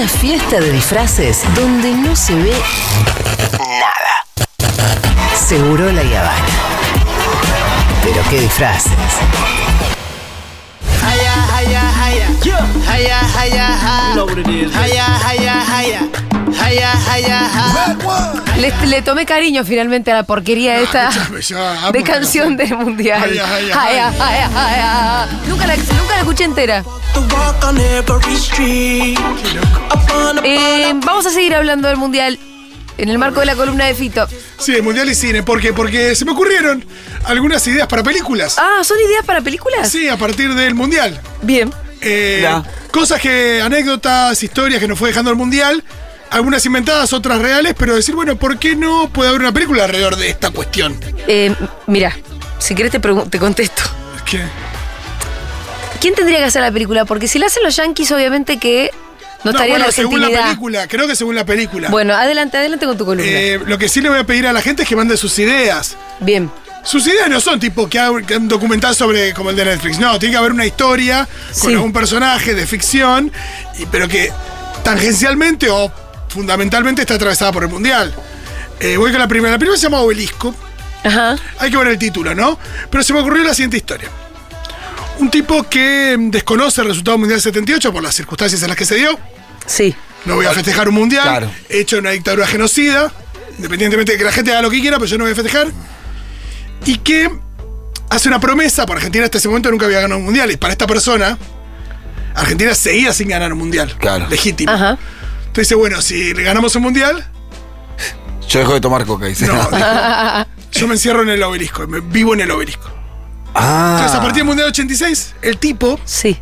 Es fiesta de disfraces donde no se ve nada. Seguro la Yavana. Pero qué disfraces. Le, le tomé cariño finalmente a la porquería esta de canción del mundial. Ay, ay, ay, Ay, ay, ay, ay, ay. Nunca la, nunca la escuché entera. Eh, vamos a seguir hablando del mundial en el marco de la columna de Fito. Sí, Mundial y Cine. ¿Por qué? Porque se me ocurrieron algunas ideas para películas. Ah, ¿son ideas para películas? Sí, a partir del Mundial. Bien. Eh, Ya. cosas que, anécdotas, historias que nos fue dejando el Mundial. Algunas inventadas, otras reales, pero decir, bueno, ¿por qué no puede haber una película alrededor de esta cuestión? Eh, mira, si querés te, pregun- te contesto. Es que, ¿Quién tendría que hacer la película? Porque si la hacen los yankees, obviamente que no, estaría bueno, la según la argentinidad. película, creo que según la película. Bueno, adelante, adelante con tu columna. Eh, lo que sí le voy a pedir a la gente es que mande sus ideas. Bien. Sus ideas no son tipo que haga un que un documental sobre como el de Netflix. No, tiene que haber una historia con Sí. algún personaje de ficción, y- pero que tangencialmente o fundamentalmente está atravesada por el mundial. Eh, voy con la primera. La primera se llama Obelisco. Ajá. Hay que ver el título, ¿no? Pero se me ocurrió la siguiente historia. Un tipo que mm, desconoce el resultado del mundial 78 por las circunstancias en las que se dio. Sí. No voy a festejar un mundial Claro. hecho en una dictadura genocida, independientemente de que la gente haga lo que quiera, pero yo no voy a festejar. Y que hace una promesa, para Argentina hasta ese momento nunca había ganado un mundial, y para esta persona, Argentina seguía sin ganar un mundial. Claro. Legítimo. Ajá. Entonces dice, bueno, si le ganamos un mundial, Yo dejo de tomar coca, dice. no, dijo, yo me encierro en el obelisco, me vivo en el obelisco. Ah. Entonces a partir del mundial 86, el tipo Sí.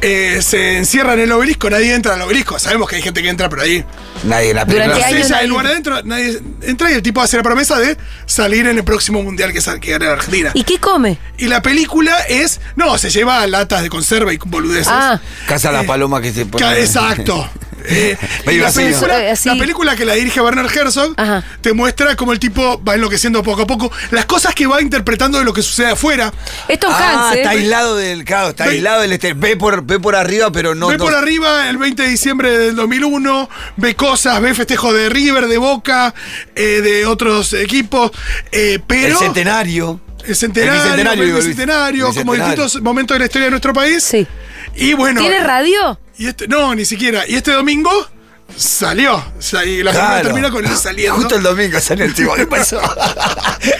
eh, se encierra en el obelisco, nadie entra al obelisco. Sabemos que hay gente que entra, pero ahí Nadie en la Durante película. años- Sí, ya nadie- el lugar adentro, nadie entra y el tipo hace la promesa de salir en el próximo mundial que, sa- que gane la Argentina. ¿Y Y, qué come? la película es. No, se lleva latas de conserva y boludeces. Ah. Casa la paloma que se Que- pone. Ah, exacto. Eh, Ahí y la, va, sí. película, Eh, sí. la película que la dirige Werner Herzog Ajá. te muestra cómo el tipo va enloqueciendo poco a poco las cosas que va interpretando de lo que sucede afuera. Es Tom Ah, Hanks, ¿eh? está aislado del. Claro, está Ve- aislado del exterior. Ve por, ve por arriba, pero no. ve no- por arriba el 20 de diciembre del 2001, ve cosas, ve festejos de River, de Boca, eh, de otros equipos, eh, pero... El centenario. El centenario, el bicentenario, bicentenario, digo, el bic- como bicentenario. distintos momentos de la historia de nuestro país. Sí. Y bueno. ¿Tiene radio? y este, no, ni siquiera. Y este domingo salió. O sea, y la semana Claro. termina con él saliendo. Justo el domingo salió el tipo. ¿Qué pasó?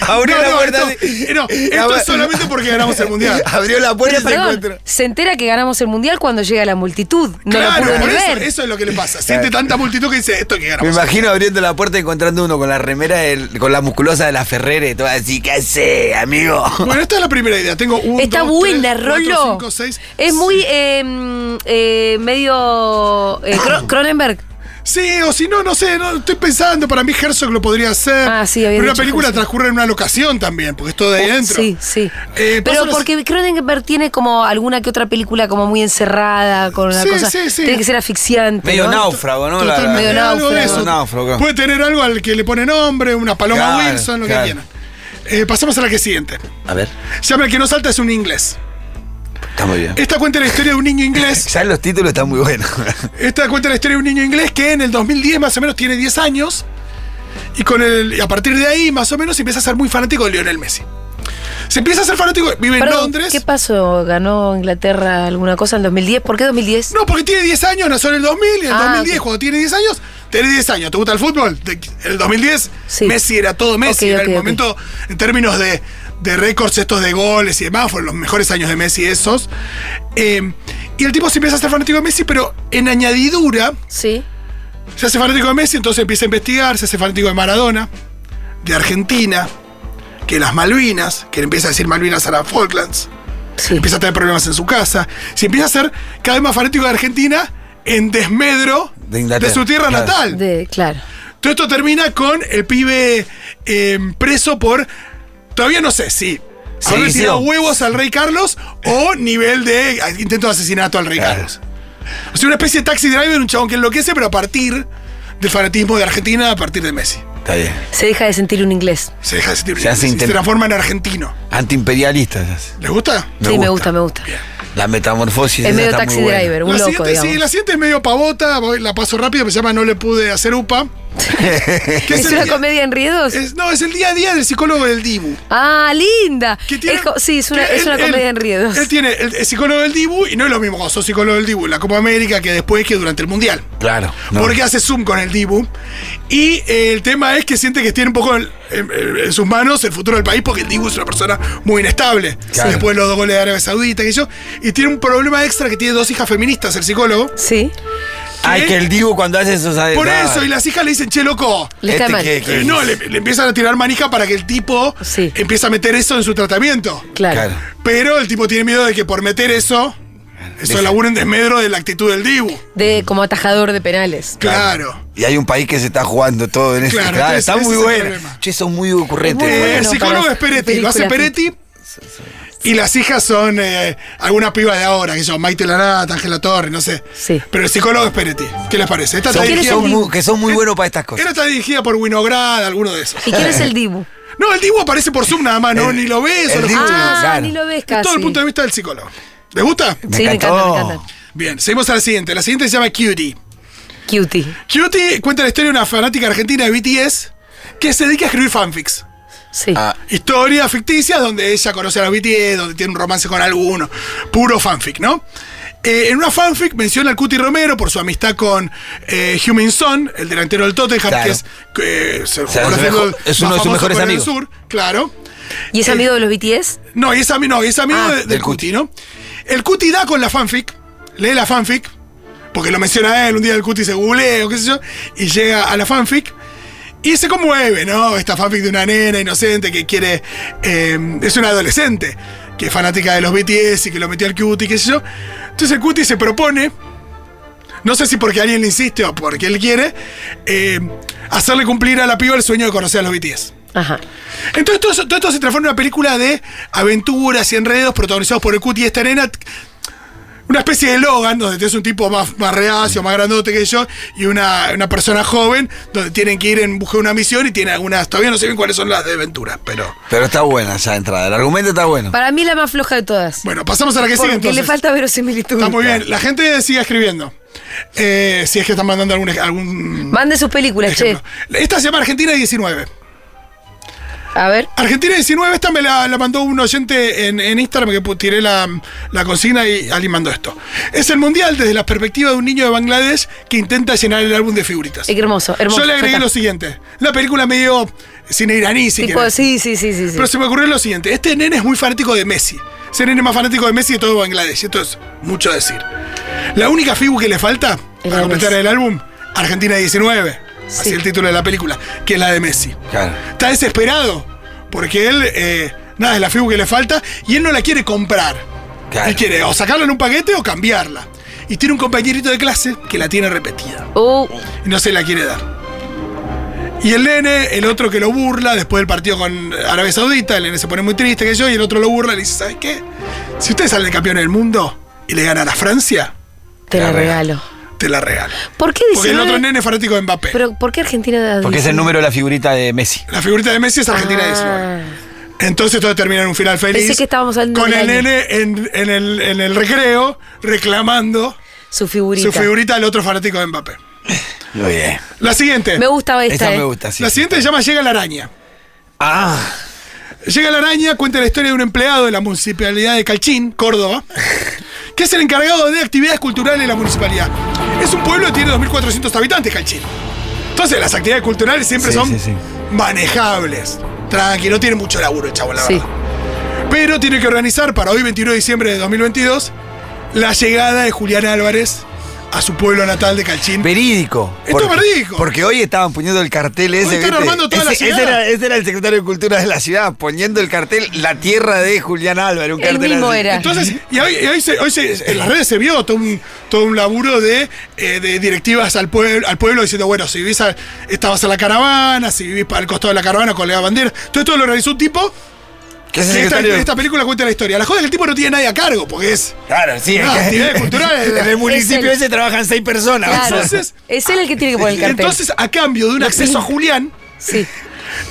Abrió No, la no, puerta. esto- eh, de- no, esto es solamente porque ganamos el mundial. Abrió la puerta y se Perdón, encuentra. se entera que ganamos el mundial cuando llega la multitud. No la claro, pudo por ni eso, ver. eso es lo que le pasa. Siente tanta multitud que dice, esto hay que Me ganamos. imagino abriendo la puerta y encontrando uno con la remera, del- con la musculosa de la Ferrere, toda así, ¿qué hace, amigo? Bueno, esta es la primera idea. Tengo un, Está dos, tres, buena, cuatro, Rolo. cinco, seis. es muy eh, mm, eh, medio eh, Cro- Cronenberg. Sí, o si no, no sé, no, estoy pensando, para mí Herzog lo podría hacer. Ah, sí, había Pero una dicho película Herzog. Oh, transcurre en una locación también, porque es todo de ahí adentro. Sí, sí. Eh, Pero pasan los- porque Cronenberg tiene como alguna que otra película como muy encerrada, con una Sí, cosa. sí, sí. Tiene que ser asfixiante. Medio ¿no? náufrago, ¿no? La- Totalmente, Medio algo de náufrago. eso. Náufrago. Puede tener algo al que le pone nombre, una paloma Claro, Wilson, lo claro. que quieran. Eh, pasamos a la que siguiente. A ver, Llama el que no salta es un inglés. está muy bien. Esta cuenta la historia de un niño inglés. Ya los títulos están muy buenos. Esta cuenta la historia de un niño inglés que en el 2010 más o menos tiene 10 años. Y con el, y a partir de ahí, más o menos, empieza a ser muy fanático de Lionel Messi. Se empieza a ser fanático, vive en Perdón, Londres. ¿Qué pasó? ¿Ganó Inglaterra alguna cosa en 2010? ¿Por qué 2010? No, porque tiene 10 años, nació en el 2000 y en el Ah, 2010, ok. cuando tiene 10 años, tiene 10 años. ¿Te gusta el fútbol? Te- En el 2010, Sí. Messi era todo Messi. Ok, era ok, el ok. momento, en términos de, de récords estos de goles y demás, fueron los mejores años de Messi esos. Eh, y el tipo se empieza a ser fanático de Messi, pero en añadidura, Sí. se hace fanático de Messi, entonces empieza a investigar, se hace fanático de Maradona, de Argentina, que las Malvinas, que le empieza a decir Malvinas a las Falklands Sí. empieza a tener problemas en su casa, se empieza a ser cada vez más fanático de Argentina en desmedro De Inglaterra, su tierra claro. natal. De, claro. Todo esto termina con el pibe eh, preso por, todavía no sé si, haber Sedición. tirado huevos al rey Carlos o nivel de intento de asesinato al rey Claro. Carlos. O sea, una especie de taxi driver, un chabón que enloquece, pero a partir del fanatismo de Argentina a partir de Messi. Está bien. Se deja de sentir un inglés. Se deja de sentir Se hace se inter- transforma en argentino. Antiimperialista. se hace. ¿Les gusta? Me sí, me gusta. gusta, me gusta. Bien. La metamorfosis. Es esa medio está muy taxi buena. driver, un la loco, siguiente, sí, digamos. la siguiente es medio pavota, voy- la paso rápido, pero se llama No le pude hacer upa. Que ¿Es el una día- comedia en riesgos? es- no, es el día a día del psicólogo del Dibu. Ah, linda. Que tiene- Es co- sí, es una, que es él- una él- comedia en riesgos. Él tiene el, el psicólogo del Dibu y no es lo mismo cuando sos psicólogo del Dibu en la Copa América que después que durante el Mundial. Claro. no. Porque hace Zoom con el Dibu. Y eh, el tema es que siente que tiene un poco en, en- en sus manos el futuro del país, porque el Dibu es una persona muy inestable. Claro. Después los dos goles de Arabia Saudita y yo. Y tiene un problema extra que tiene dos hijas feministas, el psicólogo. Sí. Ay, que el Dibu cuando hace esos Por adelantos- eso, y las hijas le dicen, che, loco. Le Este cae mal. que- que- Eh, no, le, le empiezan a tirar manija para que el tipo Sí. empiece a meter eso en su tratamiento. Claro. Claro. Pero el tipo tiene miedo de que por meter eso, eso Deja. labura en desmedro de la actitud del Dibu. De como atajador de penales. Claro. Y hay un país que se está jugando todo en ese Claro, Claro, entonces está ese muy es el bueno. problema. Che, son muy ocurrentes. Es muy Eh, bueno. el psicólogo para es Peretti, lo hace película, Peretti. Y las hijas son eh, alguna piba de ahora, que son Maite Lanata, Ángela Torres, no sé. Sí. Pero el psicólogo es Peretti. ¿Qué les parece? Esta está Son- ¿Quién es dirigida, son el muy- que son muy buenos para estas esta cosas. está dirigida por Winograd, alguno de esos. ¿Y quién es el Dibu? No, el Dibu aparece por Zoom nada más, no, El- ni lo ves. el o lo Dibu, escuchas. Ah, claro. ni lo ves Es casi. todo el punto de vista del psicólogo. ¿Les gusta? Me sí, me encanta, me encantó. encanta. Bien, seguimos a la siguiente. La siguiente se llama Cutie. Cutie. Cutie cuenta la historia de una fanática argentina de BTS que se dedica a escribir fanfics. Sí. Ah, Historias ficticias donde ella conoce a los BTS, donde tiene un romance con alguno. Puro fanfic, ¿no? Eh, en una fanfic menciona al Cuti Romero por su amistad con eh, Heung-min Son, el delantero del Tottenham, Claro. que es, que es el sea, jugador es de mejor- fútbol es más uno de sus famoso mejores de Corea del amigos. Sur, claro. ¿Y es amigo de los BTS? No, y es, ami- no, y es amigo Ah, de- del, del Cuti, ¿no? El Cuti da con la fanfic, lee la fanfic, porque lo menciona él, un día el Cuti se googlea o qué sé yo, y llega a la fanfic. Y se conmueve, ¿no? Esta fanfic de una nena inocente que quiere. eh, es una adolescente que es fanática de los BTS y que lo metió al Cuti, qué sé yo. Entonces el Cuti se propone, no sé si porque alguien le insiste o porque él quiere, eh, hacerle cumplir a la piba el sueño de conocer a los BTS. Ajá. Entonces todo, eso- todo esto se transforma en una película de aventuras y enredos protagonizados por el Cuti y esta nena. Una especie de Logan, donde tenés un tipo más, más reacio, más grandote que yo, y una, una persona joven, donde tienen que ir en busca de una misión y tiene algunas. Todavía no sé bien cuáles son las de aventuras, pero. pero está buena esa entrada. El argumento está bueno. Para mí la más floja de todas. Bueno, pasamos a la que sigue porque entonces. le falta verosimilitud. Está muy bien. La gente sigue escribiendo. Eh, si es que están mandando algún, algún Mande sus películas, ejemplo. Esta se llama Argentina 19. che. A ver. Argentina 19, esta me la, la mandó un oyente en, en Instagram que pu- tiré la, la consigna y alguien mandó esto. Es el mundial desde la perspectiva de un niño de Bangladesh que intenta llenar el álbum de figuritas. Eh, qué hermoso, hermoso. Yo le agregué ya lo está. siguiente. La película medio cine iraní, si Tipo, querés. sí, sí, sí, sí. sí. Pero se me ocurrió lo siguiente. Este nene es muy fanático de Messi. Ese nene es más fanático de Messi de todo Bangladesh. Esto es mucho decir. La única figu que le falta Es la para de completar Messi. el álbum, Argentina 19. Así Sí. el título de la película, que es la de Messi. Claro. Está desesperado porque él, eh, nada, es la figura que le falta y él no la quiere comprar. Claro. Él quiere o sacarla en un paquete o cambiarla. Y tiene un compañerito de clase que la tiene repetida Oh, y no se la quiere dar. Y el nene, el otro que lo burla después del partido con Arabia Saudita, el nene se pone muy triste que yo y el otro lo burla y le dice, ¿sabes qué? Si ustedes salen campeones del mundo y le ganan a Francia, te la La regalo. regalo. te la regalo. ¿Por qué Porque el 19? otro nene es fanático de Mbappé. Pero ¿por qué Argentina da Porque es el 19? número de la figurita de Messi. La figurita de Messi es Argentina Ah. 19. Entonces todo termina en un final feliz. Pensé que estábamos hablando Con del el año. nene en, en el, en el recreo reclamando Su figurita. su figurita al otro fanático de Mbappé. Muy bien. La siguiente. Me gustaba esta. Esa eh. me gusta, sí. la siguiente se llama Llega la araña. Ah, Llega la araña, cuenta la historia de un empleado de la municipalidad de Calchín, Córdoba, que es el encargado de actividades culturales de la municipalidad. Es un pueblo que tiene 2.400 habitantes, Calchín. Entonces las actividades culturales siempre Sí, son sí, sí. manejables. Tranqui, no tiene mucho laburo el chavo, la Sí. verdad. Pero tiene que organizar para hoy, 21 de diciembre de 2022, la llegada de Julián Álvarez a su puesto natal de Calchín. verídico. Esto es verídico. Porque hoy estaban poniendo el cartel ese. están ¿viste? armando toda la Ese- ciudad. Ese era, ese era el secretario de Cultura de la ciudad, poniendo el cartel La Tierra de Julián Álvarez. Un Él cartel mismo así. era. Entonces, y hoy, y hoy se- hoy se- en las redes se vio todo un, todo un laburo de, eh, de directivas al pueblo, al pueblo diciendo, bueno, si vivís, a, estabas a la caravana, si vivís para el costado de la caravana con la bandera. Todo esto lo realizó un tipo ¿Qué es que ese esta, secretario? esta película cuenta la historia. La joda es que el tipo no tiene nadie a cargo, porque es. Claro, sí. No, es que- actividades culturales. En el municipio el- ese trabajan seis personas. Claro. Entonces- es él el que tiene que poner el cartel. Entonces, a cambio de un acceso a Julián, sí.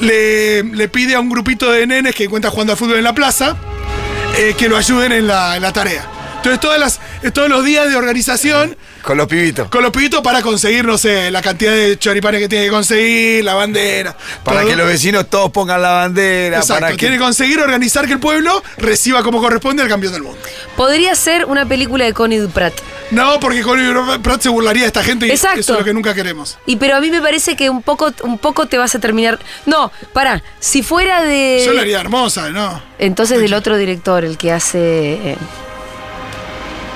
le, le pide a un grupito de nenes que encuentra jugando al fútbol en la plaza eh, que lo ayuden en la, en la tarea. Entonces, todas las, eh, todos los días de organización Con los pibitos. con los pibitos para conseguir, no sé, la cantidad de choripanes que tiene que conseguir, la bandera. Para todo. que los vecinos todos pongan la bandera. Exacto, para que... quiere conseguir organizar que el pueblo reciba como corresponde al campeón del mundo. Podría ser una película de Connie Duprat. No, porque Colin Pratt se burlaría de esta gente y Exacto. eso es lo que nunca queremos. Y pero a mí me parece que un poco, un poco te vas a terminar. No, pará. Si fuera de. Yo la haría hermosa, ¿no? Eh, Entonces del otro director, el que hace. eh,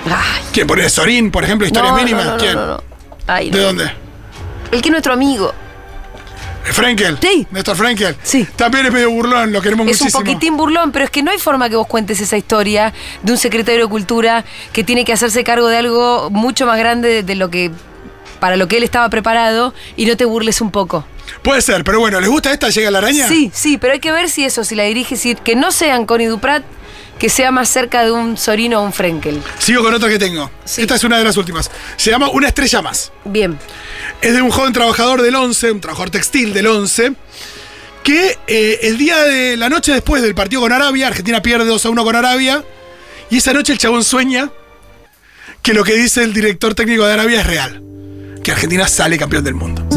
Ay, ¿Quién pone Sorín, por ejemplo, historias no, no, mínimas? no, no, ¿Quién? no, no. Ay, ¿De no. dónde? El que es nuestro amigo. Frankel. Sí. Néstor Frankel. Sí. También es medio burlón, lo queremos Es un muchísimo. poquitín burlón, pero es que no hay forma que vos cuentes esa historia de un secretario de cultura que tiene que hacerse cargo de algo mucho más grande de, de lo que para lo que él estaba preparado y no te burles un poco. Puede ser, pero bueno, ¿les gusta esta? ¿Llega la araña? Sí, sí, pero hay que ver si eso, si la dirige, si que no sean Connie Duprat, que sea más cerca de un Sorino o un Frenkel. Sigo con otra que tengo. Sí. Esta es una de las últimas. Se llama Una estrella más. Bien. Es de un joven trabajador del 11, un trabajador textil del 11, que eh, el día de la noche después del partido con Arabia, Argentina pierde 2 a 1 con Arabia, y esa noche el chabón sueña que lo que dice el director técnico de Arabia es real, que Argentina sale campeón del mundo.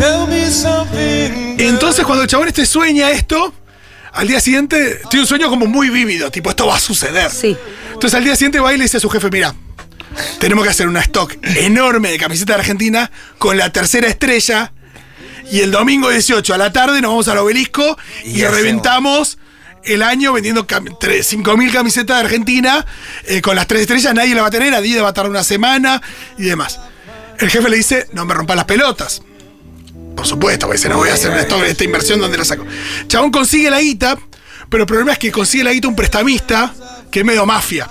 Entonces cuando el chabón este sueña esto, al día siguiente tiene un sueño como muy vívido, tipo esto va a suceder. Sí. Entonces al día siguiente va y le dice a su jefe, mira, tenemos que hacer una stock enorme de camiseta de Argentina con la tercera estrella. Y el domingo 18 a la tarde nos vamos al obelisco y, Y hacemos. reventamos el año vendiendo cam- tre- 5.000 camisetas de Argentina eh, con las tres estrellas. Nadie la va a tener, Adidas va a tardar una semana y demás. El jefe le dice, no me rompas las pelotas. Por supuesto, porque dice, no voy a hacer esta, esta inversión donde la saco. Chabón consigue la guita, pero el problema es que consigue la guita un prestamista que es medio mafia.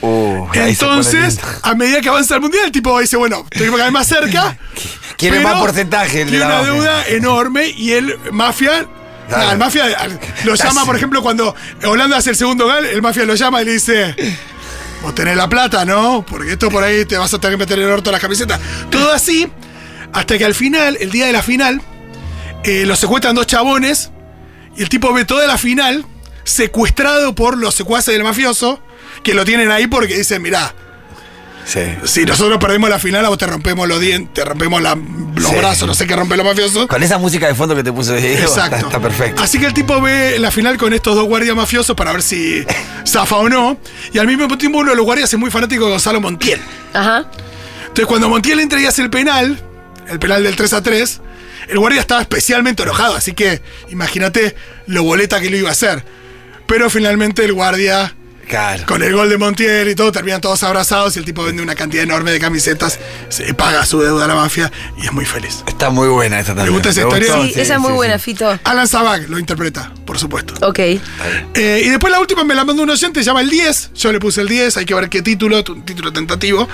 Uh, ahí se pone Entonces, lindo. a medida que avanza el mundial, el tipo dice, bueno, estoy cada vez más cerca. Quiere pero más porcentaje el Tiene de la una mafia. deuda enorme y el mafia. Claro. nada, el mafia al- lo Está llama, así. por ejemplo, cuando Holanda hace el segundo gol, el mafia lo llama y le dice. Vos tenés la plata, ¿no? Porque esto por ahí te vas a tener que meter el orto en las camisetas. Todo así, hasta que al final, el día de la final, eh, lo secuestran dos chabones y el tipo ve toda la final secuestrado por los secuaces del mafioso que lo tienen ahí porque dicen, mirá, Sí. si nosotros perdemos la final, a vos te rompemos los dientes, te rompemos la- los Sí. brazos, no sé qué rompe los mafiosos. Con esa música de fondo que te puso Diego, Exacto. Está, está perfecto. Así que el tipo ve la final con estos dos guardias mafiosos para ver si zafa o no. Y al mismo tiempo uno de los guardias es muy fanático de Gonzalo Montiel. Ajá. Entonces cuando Montiel entra y hace el penal, el penal del 3 a 3, el guardia estaba especialmente enojado. Así que imagínate lo boleta que lo iba a hacer. Pero finalmente el guardia Claro. con el gol de Montiel y todo, terminan todos abrazados y el tipo vende una cantidad enorme de camisetas, se paga su deuda a la mafia y es muy feliz. Está muy buena esta también. gusta esa Me historia? gustó, Sí, esa es muy sí, buena, sí. Fito. Alan Zabag lo interpreta, por supuesto. Ok. Eh, y después la última me la mandó un oyente, se llama El 10. Yo le puse el 10, hay que ver qué título, t- un título tentativo.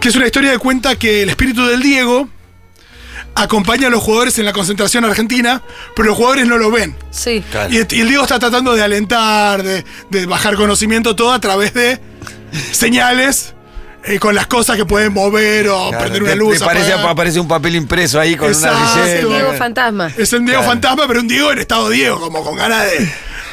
Que es una historia de cuenta que el espíritu del Diego acompaña a los jugadores en la concentración argentina, pero los jugadores no lo ven. Sí. Claro. Y, et- y el Diego está tratando de alentar, de, de bajar conocimiento, todo a través de señales. eh, con las cosas que pueden mover o Claro, Oh, prender te- una te luz. parece- apagar. aparece un papel impreso ahí con Exacto. una Es el Sí, Diego bueno. Fantasma. es un Diego Claro. fantasma, pero un Diego en estado Diego, como con ganas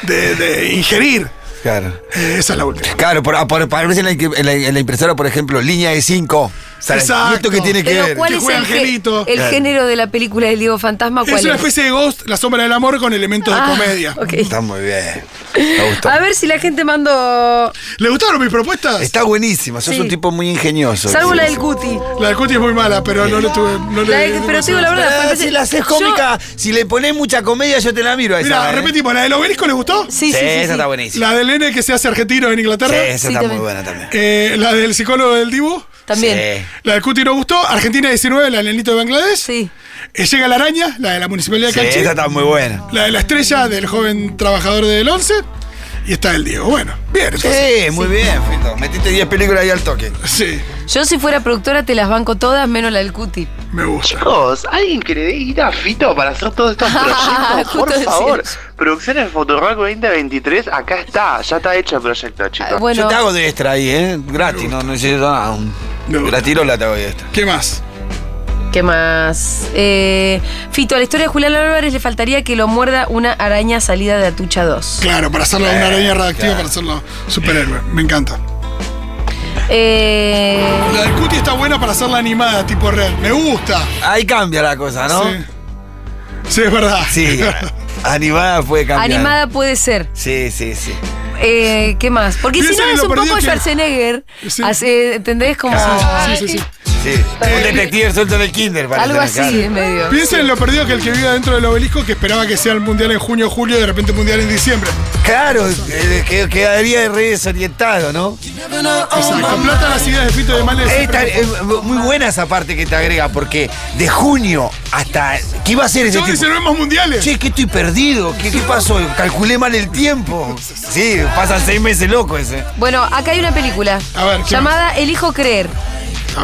de, de- de ingerir. Claro. Eh, esa es la última. Claro, por, ah, por- aparece en la, en la- en la impresora, por ejemplo, línea de 5. Exacto. esto que tiene que Pero ver. ¿cuál que es juega el, gé- Angelito. el Claro. género de la película del Diego Fantasma? ¿Cuál Es una especie de Ghost, la sombra del amor con elementos Ah, de comedia. ok. Está muy bien. Me gustó. A ver si la gente mandó. ¿Le gustaron mis propuestas? Está buenísima, sos Sí. un tipo muy ingenioso. Salvo Sí, la sí. del Cuti. La del Cuti es muy mala, pero no le tuve. No La le, de- pero te digo la verdad, Ah, parece- si la haces yo- cómica, si le pones mucha comedia, yo te la miro a esa. Mira, ¿eh? repetimos, ¿la del obelisco le gustó? Sí, sí, sí. Sí, esa sí. está buenísima. La del nene que se hace argentino en Sí, Inglaterra. esa Sí, está también. muy buena también. Eh, la del psicólogo del Dibu. También. La del Cuti no gustó. Argentina 19, la del nenito de Bangladesh. Sí. Eh, llega la araña, la de la municipalidad de Sí, Canchi. esa está muy buena. La de la estrella del joven trabajador del 11. Y está el Diego. Bueno, bien. entonces. Sí, muy bien, Fito. Metiste 10 películas ahí al toque. Sí, Yo si fuera productora te las banco todas menos la del Cuti. me gusta. Chicos, alguien que le dé guita a Fito para hacer todos estos proyectos, por Justo favor. decía Producciones Futurock 2023, acá está, ya está hecho el proyecto, chicos. Ah, bueno. Yo te hago de extra ahí, ¿eh? Gratis, no, no necesito nada. Me gusta. Gratirola te hago de extra. ¿Qué más? ¿Qué más? Eh, Fito, a la historia de Julián Álvarez le faltaría que lo muerda una araña salida de Atucha 2. Claro, para hacerlo una araña radioactiva, claro. para hacerlo superhéroe. Me encanta. Eh, La de Cuti está buena para hacerla animada, tipo real. Me gusta. Ahí cambia la cosa, ¿Ah, ¿no? Sí. Sí, es verdad. Sí. Animada puede cambiar. animada puede ser. Sí, sí, sí. Eh, ¿Qué más? Porque si Piensen no en es lo un perdido poco que- Schwarzenegger. Sí. hace- ¿Entendés? Como Sí, sí, sí. sí. Ah, sí. Un Eh, detective suelto en el kinder, parece. algo así ¿eh? claro. en medio. Piensen en lo perdido que el que vive adentro del obelisco que esperaba que sea el mundial en junio o julio y de repente mundial en diciembre. Claro, eh, que- quedaría re desorientado, ¿no? Exacto. Con plata las ideas de Fito de Males. Esta, eh, muy buena esa parte que te agrega, porque de junio hasta. ¿Qué iba a ser ese Yo dice tipo? no vemos mundiales. Che, que estoy perdido. ¿Qué, qué pasó? Calculé mal el tiempo. Sí, pasan seis meses loco ese. Bueno, acá hay una película A ver, ¿qué Ah. llamada Elijo Creer.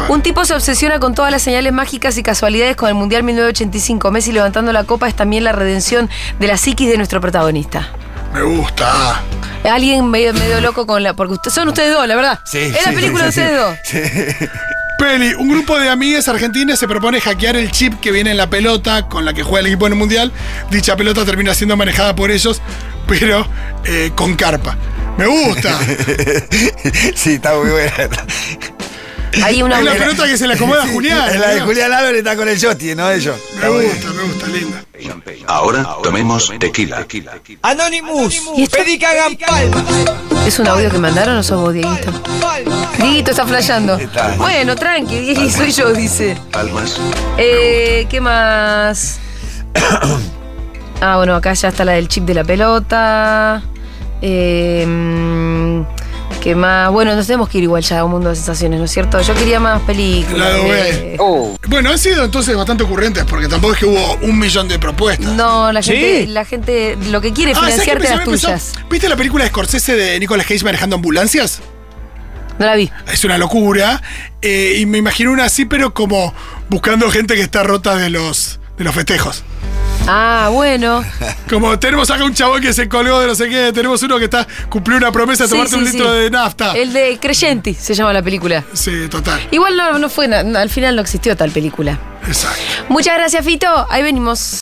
Un tipo se obsesiona con todas las señales mágicas y casualidades con el Mundial 1985. Messi levantando la copa es también la redención de la psiquis de nuestro protagonista. Me gusta. Alguien medio, medio loco con la. Porque usted- son ustedes dos, la verdad. Sí, es la sí, película sí, de sí. ustedes Peli, un grupo de amigues argentinas se propone hackear el chip que viene en la pelota con la que juega el equipo en el mundial. Dicha pelota termina siendo manejada por ellos, pero eh, con carpa. Me gusta. Sí, está muy buena. dos. Hay una. es la una- pelota que se la acomoda a Julián. La de ¿no? Julián Álvarez está con el Yoti, ¿no? Ellos. Me gusta, me gusta, linda. Ahora tomemos tequila. Anonymous, ¿Y esto? pedí que hagan palmas. ¿Es un audio que mandaron o sos vos, Dieguito? Dieguito está flasheando. Está. Bueno, tranqui, Diego, soy yo, dice. Palmas. Eh, ¿Qué más? Ah, bueno, acá ya está la del chip de la pelota. Eh, mm, ¿Qué más? Bueno, nos tenemos que ir igual ya a un mundo de sensaciones, ¿no es cierto? Yo quería más películas. Lado B. eh, Bueno, han sido entonces bastante ocurrentes porque tampoco es que hubo un millón de propuestas. Ah, No, la Sí. gente, la gente lo que quiere es ¿sabes qué financiarte pensé? las Me empezó- tuyas. ¿Viste la película de Scorsese de Nicolas Cage manejando ambulancias? No la vi. Es una locura. eh, y me imagino una así, pero como buscando gente que está rota de los, de los festejos. Ah, bueno. Como tenemos acá un chabón que se colgó de no sé qué, tenemos uno que está cumplió una promesa de Sí, tomarte sí, un sí. litro de nafta. El de Creyenti se llama la película. Sí, total. Igual no, no fue, na- al final no existió tal película. Exacto. Muchas gracias, Fito. Ahí venimos.